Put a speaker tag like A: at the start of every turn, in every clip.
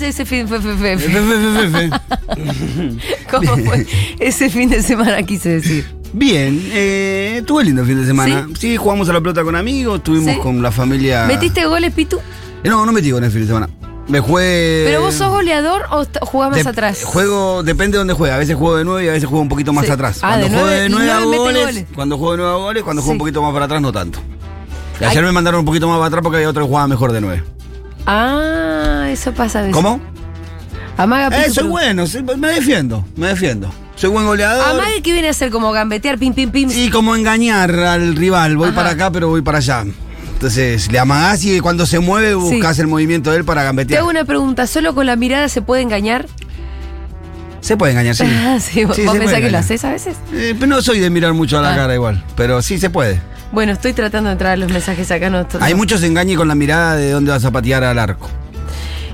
A: ese fin, fe, fe, fe, fe. ¿Cómo fue? Ese fin de semana quise decir.
B: Bien, eh, tuve lindo el fin de semana. ¿Sí? jugamos a la pelota con amigos, estuvimos
A: ¿Sí?
B: con la familia.
A: ¿Metiste goles, Pitu?
B: Eh, no, no metí con el fin de semana. Me jugué.
A: ¿Pero vos sos goleador o t- jugás más
B: Eh. De-
A: atrás?
B: Juego, depende de dónde juega. A veces juego de 9 y a veces juego un poquito más
A: Sí.
B: atrás.
A: Ah,
B: cuando
A: de
B: juego
A: nueve-
B: de
A: y
B: 9 a
A: nueve mete
B: goles,
A: goles.
B: cuando juego de 9 a goles, cuando juego
A: Sí.
B: un poquito más para atrás, no tanto. Y
A: Ay.
B: ayer me mandaron un poquito más para atrás porque había otro que jugaba mejor de 9.
A: Ah, eso pasa a veces.
B: ¿Cómo?
A: Amaga
B: Eh,
A: Pitu.
B: soy
A: pero-
B: bueno, soy- me defiendo, me defiendo. Soy buen goleador.
A: Amaga que viene a hacer como gambetear, pim, pim, pim.
B: Sí, como engañar al rival. Voy
A: Ajá.
B: para acá, pero voy para allá. Entonces, le amagás y cuando se mueve buscas el movimiento de él para
A: Te
B: gambetear.
A: hago una pregunta, ¿solo con la mirada se puede engañar?
B: Se puede engañar, sí.
A: Ah, sí, vos,
B: Sí,
A: vos
B: se
A: pensás
B: puede
A: que lo
B: engañar.
A: haces a veces.
B: Eh, pero no soy de mirar mucho a la
A: Ah.
B: cara igual, pero sí se puede.
A: Bueno, estoy tratando de entrar a los mensajes acá. No,
B: Hay muchos engañes con la mirada de dónde vas a patear al arco.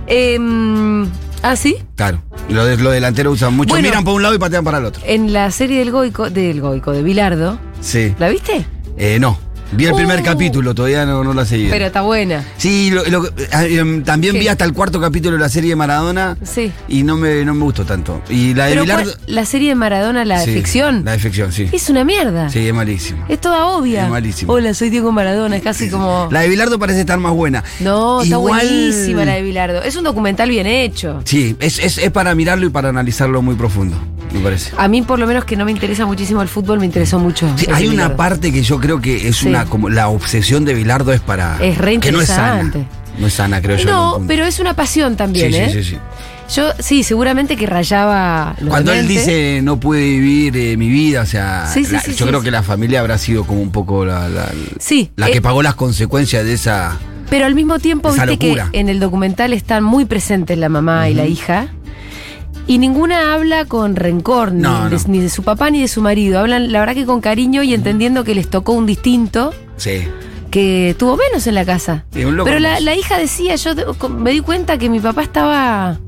A: Em, ah, sí.
B: Claro. Los, de- los delanteros usan mucho.
A: Bueno.
B: Miran para un lado y patean para el otro.
A: En la serie del Goico, del Goico, de Bilardo.
B: Sí.
A: ¿La viste?
B: Eh, no. Vi el primer
A: Uh.
B: capítulo, todavía no, no la seguí.
A: Pero está buena.
B: Sí, lo- lo- eh, em, también
A: ¿Qué?
B: vi hasta el cuarto capítulo de la serie de Maradona.
A: Sí.
B: Y no me, no me gustó tanto. Y la de
A: Pero
B: Bilardo.
A: ¿cuál- la serie de Maradona, la
B: Sí,
A: de ficción,
B: La de ficción, sí.
A: es una mierda.
B: Sí, es malísimo.
A: Es toda obvia.
B: Es malísimo.
A: Hola, soy Diego Maradona, es casi como.
B: La de Bilardo parece estar más buena.
A: No, está
B: Igual-
A: buenísima la de Bilardo. Es un documental bien hecho.
B: Sí, es, es- es para mirarlo y para analizarlo muy profundo, me parece.
A: A mí, por lo menos, que no me interesa muchísimo el fútbol, me interesó mucho.
B: Sí,
A: el
B: hay
A: de
B: una
A: Bilardo.
B: parte que yo creo que es
A: Sí.
B: una como la obsesión de Bilardo es para
A: Es re
B: que no es sana.
A: interesante.
B: No es sana, creo yo. en un
A: No,
B: punto.
A: pero es una pasión
B: Sí,
A: también,
B: sí,
A: ¿eh?
B: sí, sí.
A: Yo, sí, seguramente que rayaba. lo
B: Cuando él
A: demente.
B: dice no pude vivir eh, mi vida, o sea,
A: Sí, sí,
B: la-
A: sí,
B: yo
A: sí,
B: creo
A: sí.
B: que la familia habrá sido como un poco la, la-
A: Sí,
B: la
A: eh,
B: que pagó las consecuencias de esa.
A: pero al mismo tiempo,
B: esa
A: viste
B: locura.
A: que en el documental están muy presentes la mamá y la hija. Y ninguna habla con rencor, ni,
B: No,
A: de,
B: no.
A: ni de su papá ni de su marido. Hablan, la verdad, que con cariño y entendiendo que les tocó un distinto
B: Sí.
A: que tuvo menos en la casa.
B: Sí, un loco
A: Pero la,
B: nomás.
A: la hija decía, yo de- con- me di cuenta que mi papá estaba.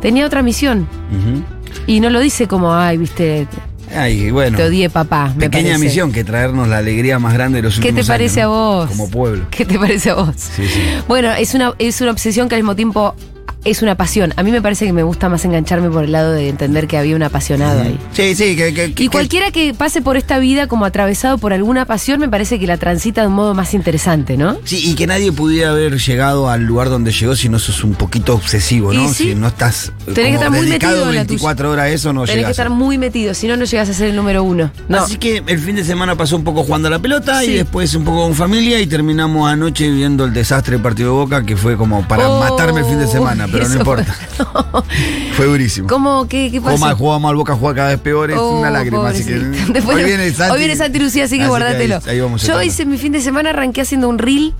A: tenía otra misión.
B: Ujú.
A: Y no lo dice como, ay, viste,
B: Ay, bueno.
A: te odié papá. me
B: Pequeña
A: parece.
B: misión que traernos la alegría más grande de los
A: ¿Qué
B: últimos
A: te parece
B: años,
A: a
B: ¿no?
A: vos?
B: Como pueblo.
A: ¿Qué te parece a vos?
B: Sí, sí.
A: Bueno, es una, es una obsesión que al mismo tiempo es una pasión. A mí me parece que me gusta más engancharme por el lado de entender que había un apasionado ahí.
B: Sí, sí, que, que-
A: Y
B: que-
A: cualquiera que pase por esta vida como atravesado por alguna pasión, me parece que la transita de un modo más interesante, ¿no?
B: sí, y que nadie pudiera haber llegado al lugar donde llegó si no sos un poquito obsesivo, ¿no?
A: Y sí.
B: Si no estás eh,
A: Tenés que
B: como
A: estar muy
B: dedicado
A: metido en la
B: 24 horas a eso, no
A: Tenés que
B: llegás.
A: estar muy metido, si no, no llegas a ser el número uno. No.
B: Así que el fin de semana pasó un poco jugando a la pelota
A: Sí.
B: y después un poco con familia y terminamos anoche viendo el desastre del partido de Boca que fue como para
A: Oh,
B: matarme el fin de semana, pero no
A: eso fue-
B: importa. Fue durísimo.
A: ¿Cómo? ¿Qué, qué
B: Jugó
A: pasó?
B: mal, jugaba mal, Boca juega cada vez peor, es
A: Oh,
B: una lágrima. Así que,
A: pobrecito. Después- hoy viene Santi, Lucía, así que
B: ahí-
A: guardatelo.
B: Ahí, vamos a
A: Yo
B: estar.
A: hice mi fin de semana, arranqué haciendo un reel,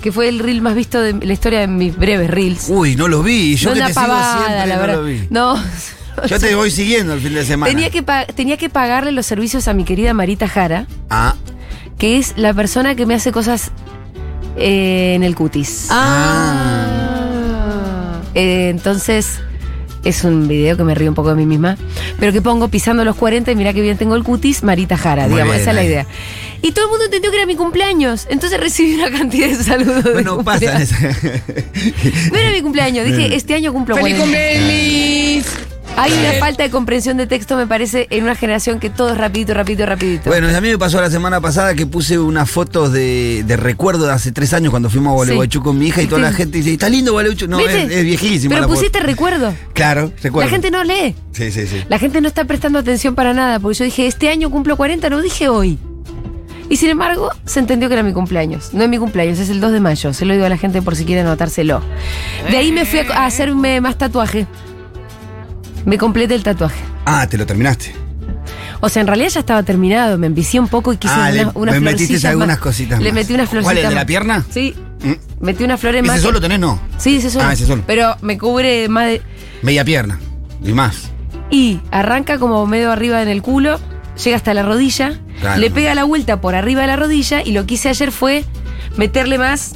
A: que fue el reel más visto de la historia de mis breves reels.
B: Uy, no lo vi. y Yo
A: No,
B: que
A: una
B: te
A: pavada,
B: sigo siempre,
A: la
B: no
A: verdad.
B: lo vi.
A: No.
B: Yo te voy siguiendo el fin de semana.
A: Tenía que, pa- tenía que pagarle los servicios a mi querida Marita Jara,
B: Ah,
A: que es la persona que me hace cosas eh, en el cutis.
B: Ah.
A: Eh, entonces, es un video que me río un poco de mí misma, pero que pongo pisando los 40 y mirá que bien tengo el cutis, Marita Jara,
B: Muy
A: digamos,
B: bien,
A: esa es la
B: ahí.
A: idea. Y todo el mundo entendió que era mi cumpleaños, entonces recibí una cantidad de saludos. de
B: bueno, pasa.
A: cumpleaños. No era mi cumpleaños, dije, este año cumplo 40. Hay una falta de comprensión de texto, me parece, en una generación que todo es rapidito, rapidito, rapidito.
B: Bueno, a mí me pasó la semana pasada que puse unas fotos de, de recuerdo de hace tres años cuando fuimos a Gualeguaychú
A: Sí.
B: con mi hija y toda la
A: Sí.
B: gente dice, está lindo Gualeguaychú. No, es,
A: ¿Viste?
B: es viejísima
A: Pero
B: la foto.
A: pusiste recuerdo.
B: Claro,
A: La
B: recuerdo.
A: gente no lee.
B: Sí, sí, sí.
A: La gente no está prestando atención para nada, porque yo dije, este año cumplo 40, no dije hoy. Y sin embargo, se entendió que era mi cumpleaños. No es mi cumpleaños, es el 2 de mayo. Se lo digo a la gente por si quiere anotárselo. De ahí me fui
B: Eh.
A: a, a hacerme más tatuaje. Me completé el tatuaje.
B: Ah, te lo terminaste.
A: O sea, en realidad ya estaba terminado. Me envicié un poco y quise
B: Ah,
A: una-
B: le-
A: unas
B: me metiste
A: florcillas
B: algunas
A: más.
B: cositas
A: Le
B: más.
A: metí unas
B: ¿Cuál, el
A: florcitas
B: de la
A: más.
B: pierna?
A: Sí.
B: Mm.
A: Metí unas flores más.
B: ¿Ese solo tenés? No.
A: Sí, ese solo.
B: Ah, ese solo.
A: Pero me cubre más de...
B: Media pierna. Y más.
A: Y arranca como medio arriba en el culo, llega hasta la rodilla,
B: Claro.
A: le pega la vuelta por arriba de la rodilla y lo que hice ayer fue meterle más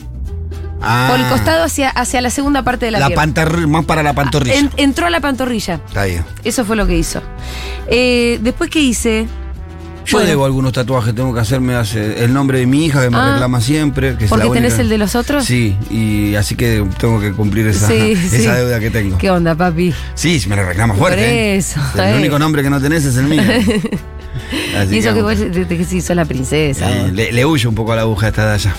B: Ah,
A: por el costado hacia, hacia la segunda parte de la,
B: La,
A: pierna. Ah,
B: pantar- más para la pantorrilla.
A: En- entró a la pantorrilla.
B: Está bien.
A: Eso fue lo que hizo. Eh, después, ¿qué hice?
B: Yo
A: Bueno.
B: debo algunos tatuajes, tengo que hacerme hace- el nombre de mi hija que me
A: Ah.
B: reclama siempre. Que es
A: ¿Porque
B: la única-
A: tenés el de los otros?
B: Sí, y así que tengo que cumplir esa,
A: Sí,
B: esa
A: sí.
B: deuda que tengo.
A: ¿Qué onda, papi?
B: Sí, me la reclama fuerte. ¿eh?
A: eso, eh.
B: El único nombre que no tenés es el mío. Así
A: y eso que
B: bueno,
A: vos ah. te- te- que sí, sos la princesa.
B: eh,
A: vos.
B: le, le huyo un poco a la aguja esta de allá.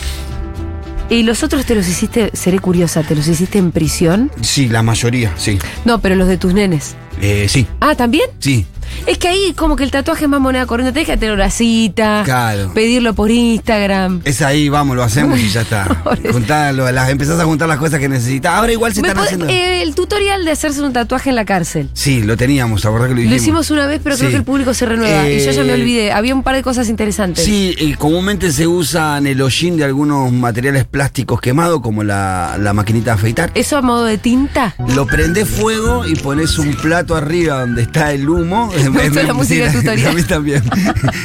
A: ¿Y los otros te los hiciste, seré curiosa, te los hiciste en prisión?
B: Sí, la mayoría, sí.
A: No, pero los de tus nenes.
B: Eh, sí,
A: Ah, ¿también?
B: sí.
A: Es que ahí como que el tatuaje es más moneda corriente. Tenés que tener una cita,
B: Claro.
A: pedirlo por Instagram.
B: Es ahí, vamos, lo hacemos y ya está. Juntá lo- las, empezás a juntar las cosas que necesitas. Ahora igual se
A: ¿Me
B: están
A: podés-
B: haciendo.
A: eh, el tutorial de hacerse un tatuaje en la cárcel.
B: Sí, lo teníamos, ¿te acordás que lo
A: Lo
B: hicimos?
A: hicimos una vez, pero creo
B: Sí.
A: que el público se renueva. y yo ya me
B: Eh,
A: olvidé. Había un par de cosas interesantes.
B: Sí, y comúnmente se usan el hollín de algunos materiales plásticos quemados, como la, la maquinita de afeitar.
A: ¿Eso a modo de tinta?
B: Lo prendés fuego y pones un plato arriba donde está el humo.
A: Me gustó la música
B: Sí,
A: tutorial.
B: A mí también.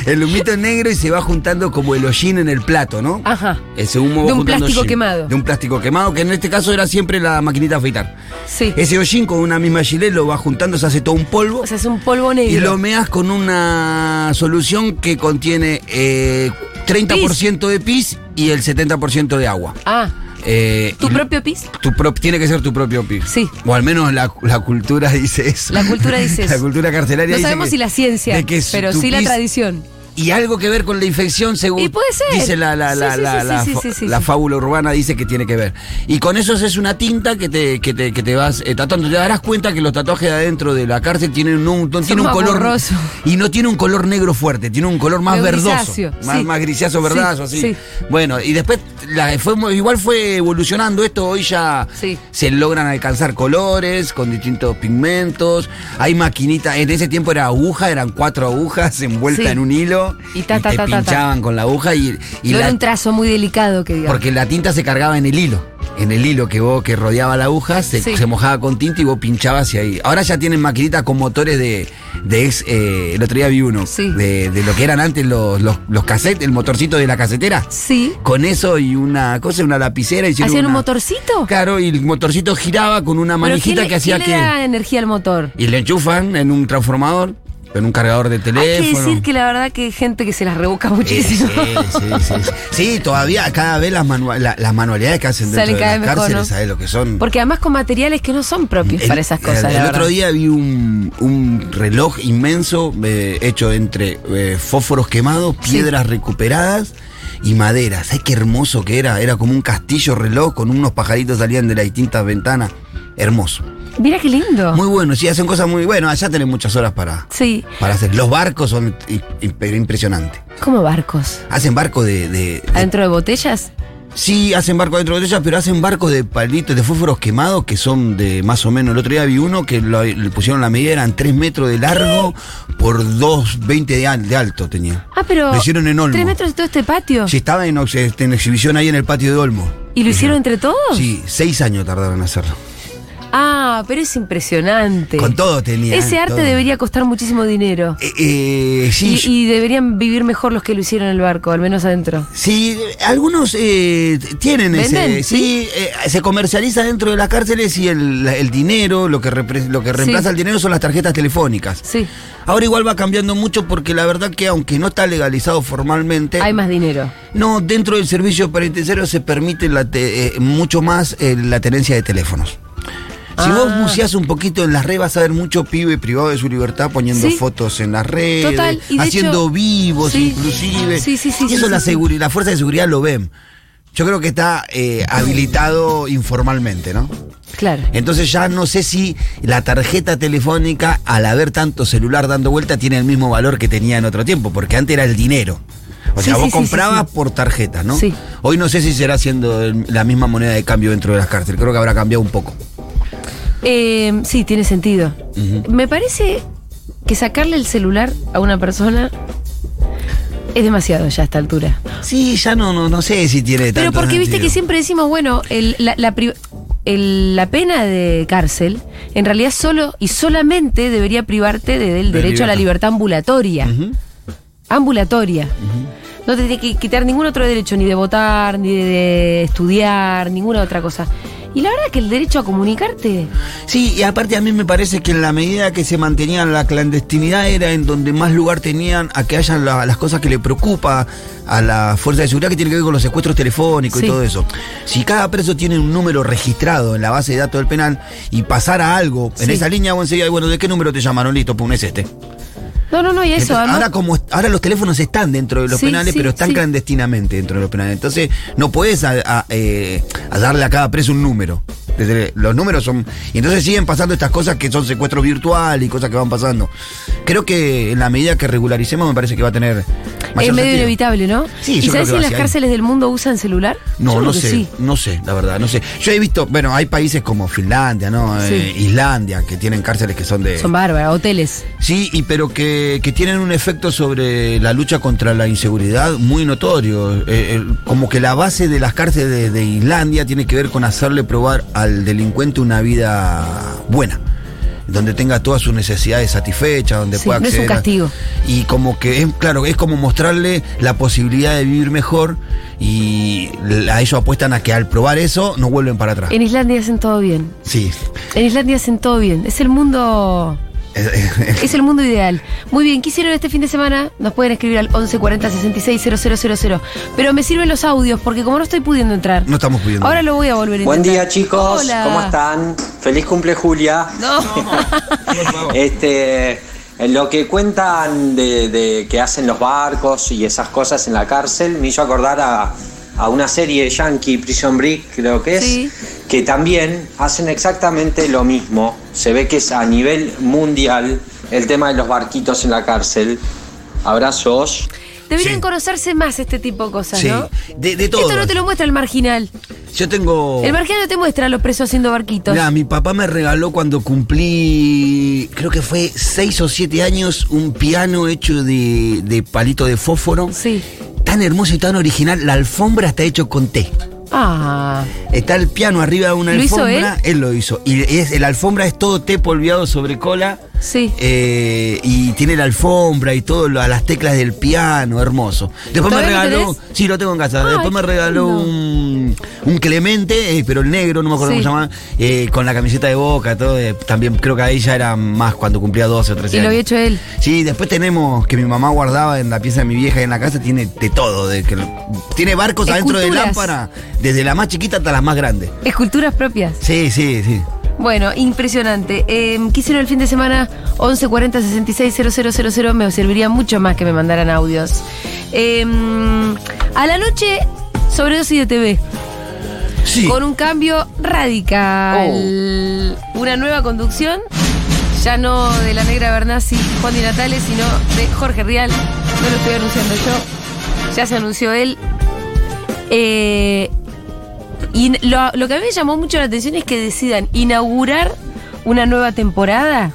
B: El humito es negro y se va juntando como el hollín en el plato, ¿no?
A: Ajá.
B: Ese humo va
A: De un
B: juntando
A: plástico
B: hollín.
A: quemado.
B: De un plástico quemado, que en este caso era siempre la maquinita de afeitar.
A: Sí.
B: Ese hollín con una misma gilet lo va juntando, se hace todo un polvo.
A: O sea, es un polvo negro.
B: Y lo meas con una solución que contiene eh, 30% de pis y el 70% de agua.
A: Ah,
B: Eh,
A: ¿tu
B: y lo-
A: propio pis?
B: tu pro- tiene que ser tu propio pis.
A: Sí.
B: O al menos la, la cultura dice eso.
A: La cultura dice
B: La
A: eso.
B: cultura carcelaria
A: No
B: dice
A: sabemos
B: que-
A: si la ciencia,
B: de que su-
A: pero
B: tu
A: sí la
B: pis-
A: tradición.
B: Y algo que ver con la infección, según.
A: Y puede ser.
B: Dice la, la,
A: Sí,
B: la,
A: sí,
B: la,
A: sí,
B: la
A: sí,
B: fa-
A: sí, sí,
B: la
A: sí.
B: fábula urbana dice que tiene que ver. Y con eso es una tinta que te, que te, que te vas eh, tatuando. Te darás cuenta que los tatuajes de adentro de la cárcel tienen un, no tienen un
A: más
B: color.
A: borrosos.
B: Y no tiene un color negro fuerte, tiene un color más
A: Medio
B: verdoso.
A: grisáceo,
B: más,
A: sí.
B: más grisáceo, verdoso,
A: Sí,
B: así.
A: sí.
B: Bueno, y después la, fue, mo- igual fue evolucionando esto. Hoy ya
A: Sí.
B: se logran alcanzar colores con distintos pigmentos. Hay maquinitas. En ese tiempo era aguja, eran cuatro agujas envueltas
A: Sí.
B: en un hilo
A: Y ta, ta,
B: te
A: ta, ta, ta.
B: pinchaban con la aguja y, y
A: no
B: la-
A: era un trazo muy delicado que digamos.
B: porque la tinta se cargaba en el hilo. En el hilo que vos que rodeaba la aguja se,
A: Sí.
B: se mojaba con tinta y vos pinchabas y ahí. Ahora ya tienen maquinitas con motores de, de ex. eh, el otro día vi uno.
A: Sí.
B: De, de lo que eran antes los, los, los cassettes, el motorcito de la casetera.
A: Sí.
B: Con eso y una cosa, una lapicera. Hicieron
A: ¿Hacían un
B: una-
A: motorcito?
B: Claro, y el motorcito giraba con una
A: Pero ¿quién
B: manijita
A: le-
B: que hacía
A: quién
B: que.
A: le da energía al motor?
B: Y le enchufan en un transformador, en un cargador de teléfono. Eh,
A: Hay que decir que la verdad que hay gente que se las rebusca muchísimo.
B: Sí, sí, sí, sí. Sí, todavía cada vez las, manua- la- las manualidades que hacen dentro
A: Salen
B: de
A: cada
B: las
A: vez mejor,
B: cárceles,
A: ¿no?
B: ¿sabes lo que son?
A: Porque además con materiales que no son propios
B: El-
A: para esas cosas.
B: El,
A: la
B: el otro
A: verdad.
B: día vi un, un reloj inmenso eh, hecho entre eh, fósforos quemados,
A: Sí.
B: piedras recuperadas y madera. ¿Sabes qué hermoso que era? Era como un castillo reloj con unos pajaritos salían de las distintas ventanas. Hermoso.
A: Mira qué lindo.
B: Muy bueno, sí, hacen cosas muy... Bueno, allá tenés muchas horas para,
A: sí,
B: para hacer. Los barcos son i- i- impresionantes.
A: como barcos.
B: Hacen barcos de- de- de
A: ¿Adentro de botellas?
B: Sí, hacen barcos dentro de botellas, pero hacen barcos de palitos, de fósforos quemados, que son de más o menos. El otro día vi uno que lo- le pusieron la medida, eran 3 metros de largo por 2,20 de, al- de alto tenía.
A: Ah, pero.
B: Lo hicieron en Olmo.
A: Tres metros de todo este patio.
B: Sí, estaba en, ex- este, en exhibición ahí en el patio de Olmo.
A: ¿Y lo hicieron entre todos?
B: Sí, seis años tardaron en hacerlo.
A: Ah, pero es impresionante.
B: Con todo tenía.
A: Ese
B: eh,
A: arte
B: todo.
A: debería costar muchísimo dinero.
B: Eh, eh, sí,
A: Y,
B: yo-
A: y deberían vivir mejor los que lo hicieron en el barco, al menos adentro.
B: Sí, algunos eh, tienen
A: Venden,
B: ese. Sí, eh, se comercializa dentro de las cárceles y el, el dinero, lo que, repre- lo que
A: Sí.
B: reemplaza el dinero son las tarjetas telefónicas.
A: Sí,
B: Ahora igual va cambiando mucho porque la verdad que aunque no está legalizado formalmente,
A: hay más dinero.
B: no, dentro del servicio penitenciario se permite la te- eh, mucho más eh, la tenencia de teléfonos. Si vos
A: Ah.
B: buceás un poquito en las redes, vas a ver mucho pibe privado de su libertad poniendo
A: Sí.
B: fotos en las redes,
A: Total, y de
B: haciendo
A: hecho-
B: vivos
A: Sí.
B: inclusive.
A: Sí, sí, sí,
B: y eso
A: sí,
B: la,
A: sí,
B: seguri- la fuerza de seguridad lo ven. Yo creo que está eh, habilitado informalmente, ¿no?
A: Claro.
B: Entonces ya no sé si la tarjeta telefónica, al haber tanto celular dando vuelta, tiene el mismo valor que tenía en otro tiempo, porque antes era el dinero. O
A: Sí,
B: sea,
A: sí,
B: vos
A: sí,
B: comprabas
A: sí, sí.
B: por tarjetas, ¿no?
A: Sí.
B: Hoy no sé si será siendo el- la misma moneda de cambio dentro de las cárceles. Creo que habrá cambiado un poco.
A: Eh, sí, tiene sentido. Me parece que sacarle el celular a una persona es demasiado ya a esta altura.
B: Sí, ya no, no, no sé si tiene
A: Pero
B: tanto
A: porque viste
B: sentido.
A: que siempre decimos, bueno, el- la, la pri- el- la pena de cárcel en realidad solo y solamente debería privarte de- del
B: De
A: derecho a la libertad ambulatoria.
B: Ujú.
A: Ambulatoria. No te tiene que quitar ningún otro derecho, ni de votar, ni de estudiar, ninguna otra cosa. Y la verdad que el derecho a comunicarte.
B: Sí, y aparte a mí me parece que en la medida que se mantenía la clandestinidad era en donde más lugar tenían a que hayan la- las cosas que le preocupa a la fuerza de seguridad que tiene que ver con los secuestros telefónicos
A: Sí.
B: y todo eso. Si cada preso tiene un número registrado en la base de datos del penal y pasara algo en
A: Sí.
B: esa línea o enseguida, bueno, ¿de qué número te llamaron? Listo, pum, es este.
A: No, no, no, y eso,
B: Entonces,
A: además-
B: ahora como est- ahora los teléfonos están dentro de los
A: Sí,
B: penales,
A: sí,
B: pero están
A: sí.
B: clandestinamente dentro de los penales. Entonces, no puedes a, a, eh, a darle a cada preso un número. Desde- los números son. Y entonces siguen pasando estas cosas que son secuestros virtuales y cosas que van pasando. Creo que en la medida que regularicemos, me parece que va a tener.
A: es
B: mayor
A: medio
B: sentido.
A: inevitable, ¿no?
B: Sí,
A: ¿Y
B: yo creo
A: sabes
B: que
A: si
B: va
A: en las
B: hacia ahí.
A: cárceles del mundo usan celular? Yo
B: No,
A: creo
B: no
A: que
B: sé,
A: sí.
B: no sé, la verdad, no sé. Yo he visto, bueno, hay países como Finlandia, ¿no?
A: Sí.
B: Eh, Islandia, que tienen cárceles que son de.
A: Son bárbaras, hoteles.
B: Sí, y pero que, que tienen un efecto sobre la lucha contra la inseguridad muy notorio. Eh, eh, como que la base de las cárceles de, de Islandia tiene que ver con hacerle probar al delincuente una vida buena. Donde tenga todas sus necesidades satisfechas, donde
A: Sí,
B: pueda
A: no es un
B: acceder. a-
A: castigo.
B: Y como que es, claro, es como mostrarle la posibilidad de vivir mejor y a ellos apuestan a que al probar eso no vuelven para atrás.
A: En Islandia hacen todo bien.
B: Sí.
A: En Islandia hacen todo bien. Es el mundo. Es el mundo ideal. Muy bien, ¿qué hicieron este fin de semana? Nos pueden escribir al 1140 66 000. Pero me sirven los audios, porque como no estoy pudiendo entrar.
B: No estamos pudiendo.
A: Ahora lo voy a volver a
C: Buen
A: intentar.
C: día chicos,
A: Hola.
C: ¿cómo están? Feliz cumple Julia.
A: No.
C: Este, en lo que cuentan de, de que hacen los barcos y esas cosas en la cárcel, me hizo acordar a, a una serie yankee, Prison Break, creo que es,
A: Sí.
C: que también hacen exactamente lo mismo. Se ve que es a nivel mundial el tema de los barquitos en la cárcel. Abrazos.
A: Deberían
B: Sí.
A: conocerse más este tipo de cosas,
B: Sí,
A: ¿no?
B: de, de todo.
A: Esto no te lo muestra el marginal.
B: Yo tengo.
A: El marginal no te muestra a los presos haciendo barquitos.
B: Mirá, mi papá me regaló cuando cumplí, creo que fue seis o siete años, un piano hecho de, de palito de fósforo.
A: Sí.
B: Tan hermoso y tan original. La alfombra está hecho con té.
A: Ah.
B: Está el piano arriba de una
A: ¿Lo hizo
B: alfombra. él? lo hizo. Y es, la alfombra es todo té polviado sobre cola.
A: Sí.
B: Eh, y tiene la alfombra y todo lo- a las teclas del piano, hermoso. Después me
A: ¿Todavía lo
B: regaló.
A: tenés?
B: sí, lo tengo en casa.
A: Ay,
B: Después me
A: qué
B: regaló
A: lindo.
B: un, un Clemente, eh, pero el negro, no me acuerdo
A: Sí.
B: cómo se llama, eh, con la camiseta de boca, todo. eh, también creo que ahí ya era más cuando cumplía 12 o 13
A: Y lo
B: años.
A: había hecho él.
B: Sí, después tenemos que mi mamá guardaba en la pieza de mi vieja y en la casa, tiene de todo. De que, tiene barcos adentro de
A: Esculturas.
B: lámpara, desde la más chiquita hasta la más grande.
A: Esculturas propias.
B: Sí, sí, sí.
A: Bueno, impresionante. Eh, ¿Qué hicieron el fin de semana? 1140 66 000. Me serviría mucho más que me mandaran audios. Eh, a la noche, sobredosis de TV.
B: Sí.
A: Con un cambio radical. Una nueva conducción. Ya no de la negra Bernasi, Juan Di Natale, sino de Jorge Rial. No lo estoy anunciando yo. Ya se anunció él. Eh, y lo, lo que a mí me llamó mucho la atención es que decidan inaugurar una nueva temporada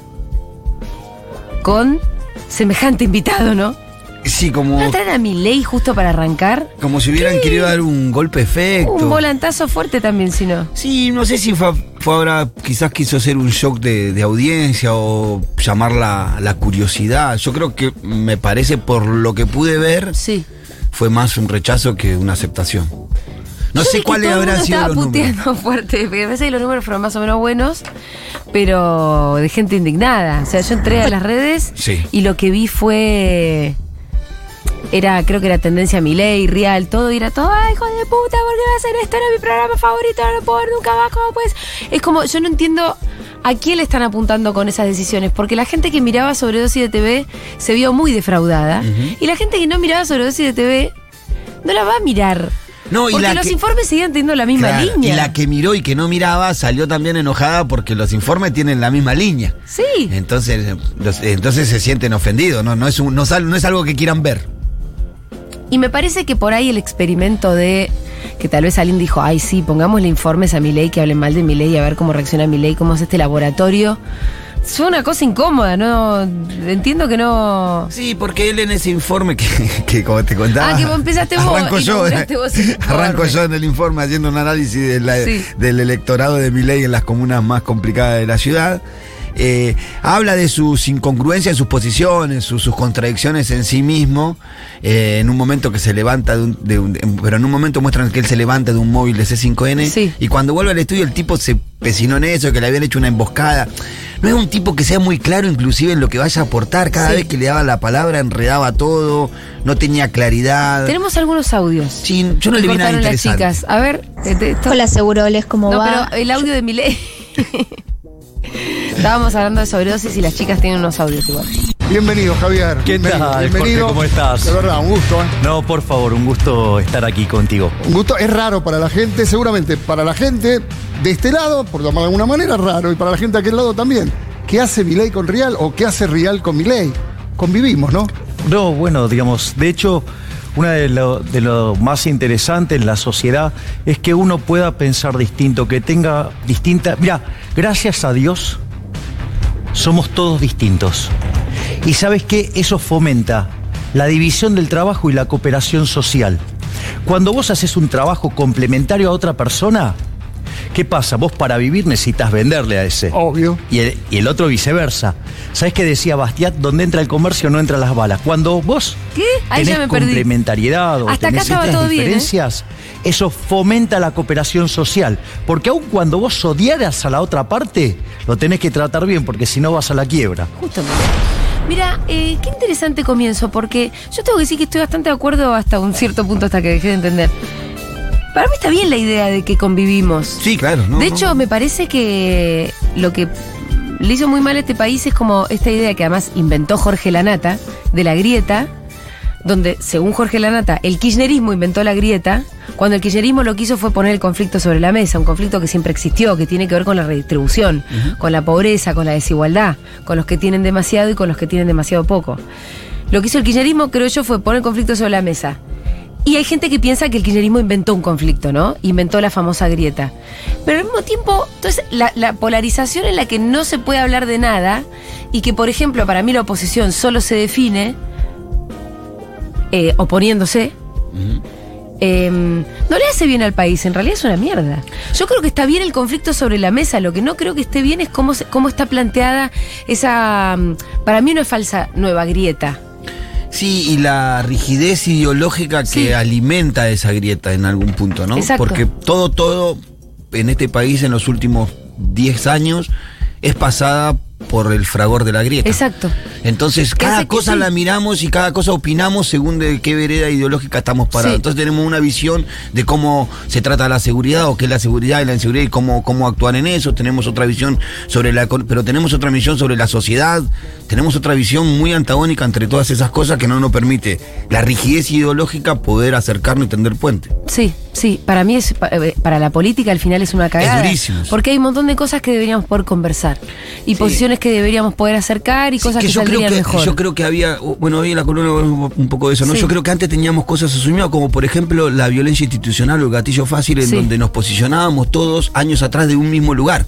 A: con semejante invitado, ¿no?
B: Sí, como.
A: ¿No traen a Milei justo para arrancar?
B: Como si hubieran querido dar un golpe de efecto.
A: Un volantazo fuerte también, si no.
B: Sí, no sé si fue, fue ahora, quizás quiso hacer un shock de, de audiencia o llamar la, la curiosidad. Yo creo que, me parece, por lo que pude ver,
A: Sí.
B: fue más un rechazo que una aceptación.
A: Yo
B: No
A: vi
B: sé
A: que
B: cuáles
A: todo el
B: habrán
A: mundo
B: sido
A: estaba
B: los números.
A: puteando fuerte, porque me parece que los números fueron más o menos buenos, pero de gente indignada. O sea, yo entré a las redes
B: Sí.
A: y lo que vi fue. Era, creo que era tendencia Milei, Real, todo, y era todo, ay, hijo de puta, ¿por qué va a hacer esto? Era mi programa favorito, no lo puedo ver nunca más, ¿cómo pues? Es como, yo no entiendo a quién le están apuntando con esas decisiones, porque la gente que miraba Sobredosis de TV se vio muy defraudada, y la gente que no miraba Sobredosis de TV no la va a mirar.
B: No, y
A: Porque
B: la
A: los
B: que-
A: informes siguen teniendo la misma
B: Claro,
A: línea.
B: Y la que miró y que no miraba salió también enojada porque los informes tienen la misma línea.
A: Sí.
B: Entonces, los- entonces se sienten ofendidos, no, no, es un- no, sal- no es algo que quieran ver.
A: Y me parece que por ahí el experimento de que tal vez alguien dijo, ay sí, pongámosle informes a mi ley que hablen mal de mi ley, a ver cómo reacciona mi ley, cómo es este laboratorio. Fue una cosa incómoda, no entiendo que no.
B: Sí, porque él en ese informe que, que como te contaba.
A: Ah, que vos empezaste vos
B: Arranco
A: y
B: yo,
A: nombraste vos el informe.
B: arranco yo en el informe haciendo un análisis de la-
A: Sí.
B: del electorado de Milei en las comunas más complicadas de la ciudad. eh, habla de sus incongruencias, sus posiciones, sus, sus contradicciones en sí mismo, eh, en un momento que se levanta, de un- de un- en- pero en un momento muestran que él se levanta de un móvil de C5N
A: Sí.
B: y cuando vuelve al estudio el tipo se pesinó en eso, que le habían hecho una emboscada. No es un tipo que sea muy claro inclusive en lo que vaya a aportar, cada
A: Sí.
B: vez que le daba la palabra enredaba todo, no tenía claridad.
A: Tenemos algunos audios.
B: Sí, yo no le vi nada
A: Cortaron las
B: interesante.
A: chicas. A ver, eh, te- esto-
D: Hola, Seguroles, ¿cómo
A: No,
D: va?
A: pero el audio de Milei. Estábamos hablando de sobredosis y las chicas tienen unos audios igual.
E: Bienvenido, Javier.
F: ¿Qué
E: Bienvenido,
F: tal, Jorge?
E: Bienvenido.
F: ¿Cómo estás?
E: De verdad, un gusto. ¿eh?
F: No, por favor, un gusto estar aquí contigo.
E: Un gusto. Es raro para la gente, seguramente para la gente de este lado, por llamar de alguna manera, es raro. Y para la gente de aquel lado también. ¿Qué hace Milei con Rial o qué hace Rial con Milei? Convivimos, ¿no?
F: No, bueno, digamos, de hecho, una de lo, de lo más interesante en la sociedad es que uno pueda pensar distinto, que tenga distinta... Mira, gracias a Dios somos todos distintos. Y sabes qué, eso fomenta la división del trabajo y la cooperación social. Cuando vos haces un trabajo complementario a otra persona, ¿qué pasa? Vos para vivir necesitas venderle a ese.
E: Obvio.
F: Y el, y el otro viceversa. ¿Sabes qué decía Bastiat? Donde entra el comercio no entran las balas. Cuando vos
A: ¿Qué? Ahí
F: tenés
A: ya me perdí.
F: complementariedad o
A: Hasta acá
F: tenés
A: estaba
F: estas
A: todo bien, ¿eh?
F: diferencias, eso fomenta la cooperación social. Porque aun cuando vos odiaras a la otra parte, lo tenés que tratar bien, porque si no vas a la quiebra.
A: Justo, Milei. Mira, eh, qué interesante comienzo, porque yo tengo que decir que estoy bastante de acuerdo hasta un cierto punto, hasta que dejé de entender. Para mí está bien la idea de que convivimos.
B: Sí, claro. ¿no?
A: de hecho, me parece que lo que le hizo muy mal a este país es como esta idea que además inventó Jorge Lanata de la grieta, donde, según Jorge Lanata, el kirchnerismo inventó la grieta, cuando el kirchnerismo lo que hizo fue poner el conflicto sobre la mesa, un conflicto que siempre existió, que tiene que ver con la redistribución, con la pobreza, con la desigualdad, con los que tienen demasiado y con los que tienen demasiado poco. Lo que hizo el kirchnerismo, creo yo, fue poner el conflicto sobre la mesa. Y hay gente que piensa que el kirchnerismo inventó un conflicto, ¿no? Inventó la famosa grieta. Pero al mismo tiempo, entonces, la, la polarización en la que no se puede hablar de nada y que, por ejemplo, para mí la oposición solo se define eh, oponiéndose. eh, no le hace bien al país, en realidad es una mierda. Yo creo que está bien el conflicto sobre la mesa, lo que no creo que esté bien es cómo, se- cómo está planteada esa, mm, para mí una falsa nueva grieta.
B: Sí, y la rigidez ideológica que
A: Sí.
B: alimenta esa grieta en algún punto, ¿no?
A: Exacto.
B: Porque todo, todo en este país en los últimos 10 años es pasada por el fragor de la grieta.
A: Exacto.
B: Entonces,
A: Que hace
B: cada
A: que
B: cosa
A: sí.
B: la miramos y cada cosa opinamos según de qué vereda ideológica estamos parados.
A: Sí.
B: Entonces, tenemos una visión de cómo se trata la seguridad o qué es la seguridad y la inseguridad y cómo, cómo actuar en eso. Tenemos otra visión sobre la. econ- Pero tenemos otra visión sobre la sociedad. Tenemos otra visión muy antagónica entre todas esas cosas que no nos permite la rigidez ideológica poder acercarnos y tender puente.
A: Sí, sí, para mí es pa- eh, para la política al final es una cagada.
B: durísimo.
A: Porque hay un montón de cosas que deberíamos poder conversar y posiciones que deberíamos poder acercar y
B: Sí,
A: cosas que,
B: yo creo
A: saldrían
B: que,
A: mejor.
B: Yo creo que había, bueno, hoy en la columna hablamos un poco de eso, ¿no?
A: Sí.
B: Yo creo que antes teníamos cosas asumidas, como por ejemplo la violencia institucional o el gatillo fácil, en
A: Sí.
B: donde nos posicionábamos todos años atrás de un mismo lugar.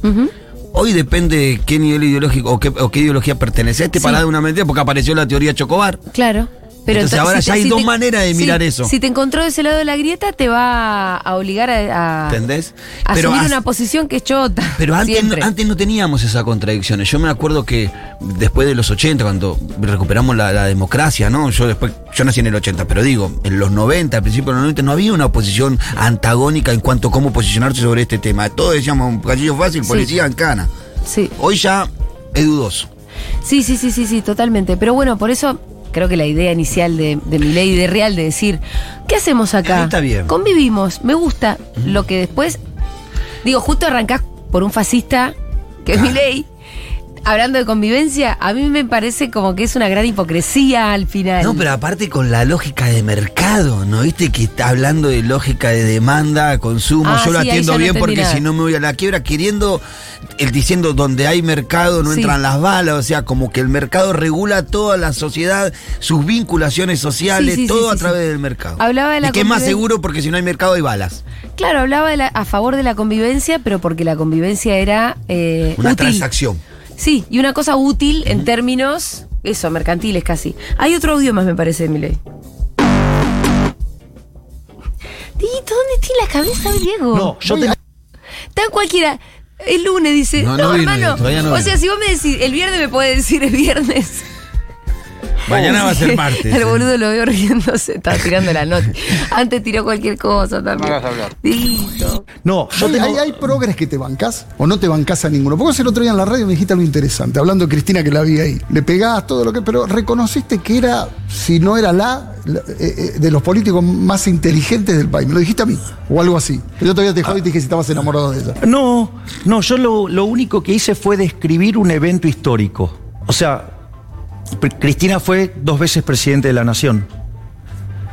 B: Hoy depende de qué nivel ideológico o qué, o qué ideología pertenecés, te
A: Sí.
B: parás de una mentira, porque apareció la teoría Chocobar.
A: Claro. Pero
B: Entonces ahora
A: te-
B: ya hay dos
A: te-
B: maneras de
A: sí,
B: mirar eso.
A: Si te encontró de ese lado de la grieta, te va a obligar a, a-
B: ¿Entendés?
A: Ah. a
B: Pero
A: asumir
B: as-
A: una posición que es chota.
B: Pero antes,
A: siempre.
B: antes no teníamos esas contradicciones. Yo me acuerdo que después de los 80, cuando recuperamos la, la democracia, ¿no? Yo después, yo nací en el 80, pero digo, en los 90, al principio de los 90, no había una oposición antagónica en cuanto a cómo posicionarse sobre este tema. Todos decíamos, gallillo fácil,
A: Sí.
B: policía, encana.
A: Sí.
B: Hoy ya es dudoso.
A: Sí, sí, sí, sí, sí, totalmente. Pero bueno, por eso creo que la idea inicial de, de mi ley de Real de decir, ¿qué hacemos acá?
B: Ahí está bien.
A: Convivimos, me gusta. Lo que después, digo, justo arrancás por un fascista, que
B: Ah.
A: es mi ley. Hablando de convivencia, a mí me parece como que es una gran hipocresía al final.
B: No, pero aparte con la lógica de mercado, ¿no? Viste que está hablando de lógica de demanda, consumo.
A: Ah,
B: Yo lo
A: sí, ahí ya
B: atiendo
A: no
B: bien
A: entendí
B: porque
A: nada.
B: si no me voy a la quiebra, queriendo, el diciendo donde hay mercado no
A: Sí.
B: entran las balas, o sea, como que el mercado regula toda la sociedad, sus vinculaciones sociales,
A: Sí, sí,
B: todo
A: sí,
B: a
A: sí,
B: través
A: sí.
B: del mercado.
A: Hablaba de la
B: y que es más
A: conviven-
B: seguro porque si no hay mercado hay balas.
A: Claro, hablaba de la- a favor de la convivencia, pero porque la convivencia era eh,
B: Una
A: útil.
B: transacción.
A: Sí, y una cosa útil en términos, eso, mercantiles casi. Hay otro audio más, me parece, de Milei. Dieguito, ¿dónde tiene la cabeza, Diego?
F: No, yo
A: Está en cualquiera. El lunes dice. No,
B: No, no vino
A: hermano.
B: yo, todavía no
A: o
B: vino.
A: sea, si vos me decís, el viernes me puede decir el viernes.
B: Mañana va a ser martes.
A: El
B: eh.
A: boludo lo veo riéndose, estaba tirando la nota. Antes tiró cualquier cosa también.
G: No hagas hablar.
A: Listo.
H: No, yo
E: Hay-
H: tengo-
E: hay, hay progres que te bancas o no te bancas a ninguno. Porque vos el otro día en la radio me dijiste algo interesante, hablando de Cristina que la vi ahí. Le pegás todo lo que. Pero reconociste que era, si no era la, la- eh, eh, de los políticos más inteligentes del país. Me lo dijiste a mí, o algo así. Yo todavía te jodí y te dije si estabas enamorado de ella.
H: No, no, yo lo, lo único que hice fue describir un evento histórico. O sea, Pr- Cristina fue dos veces presidente de la nación.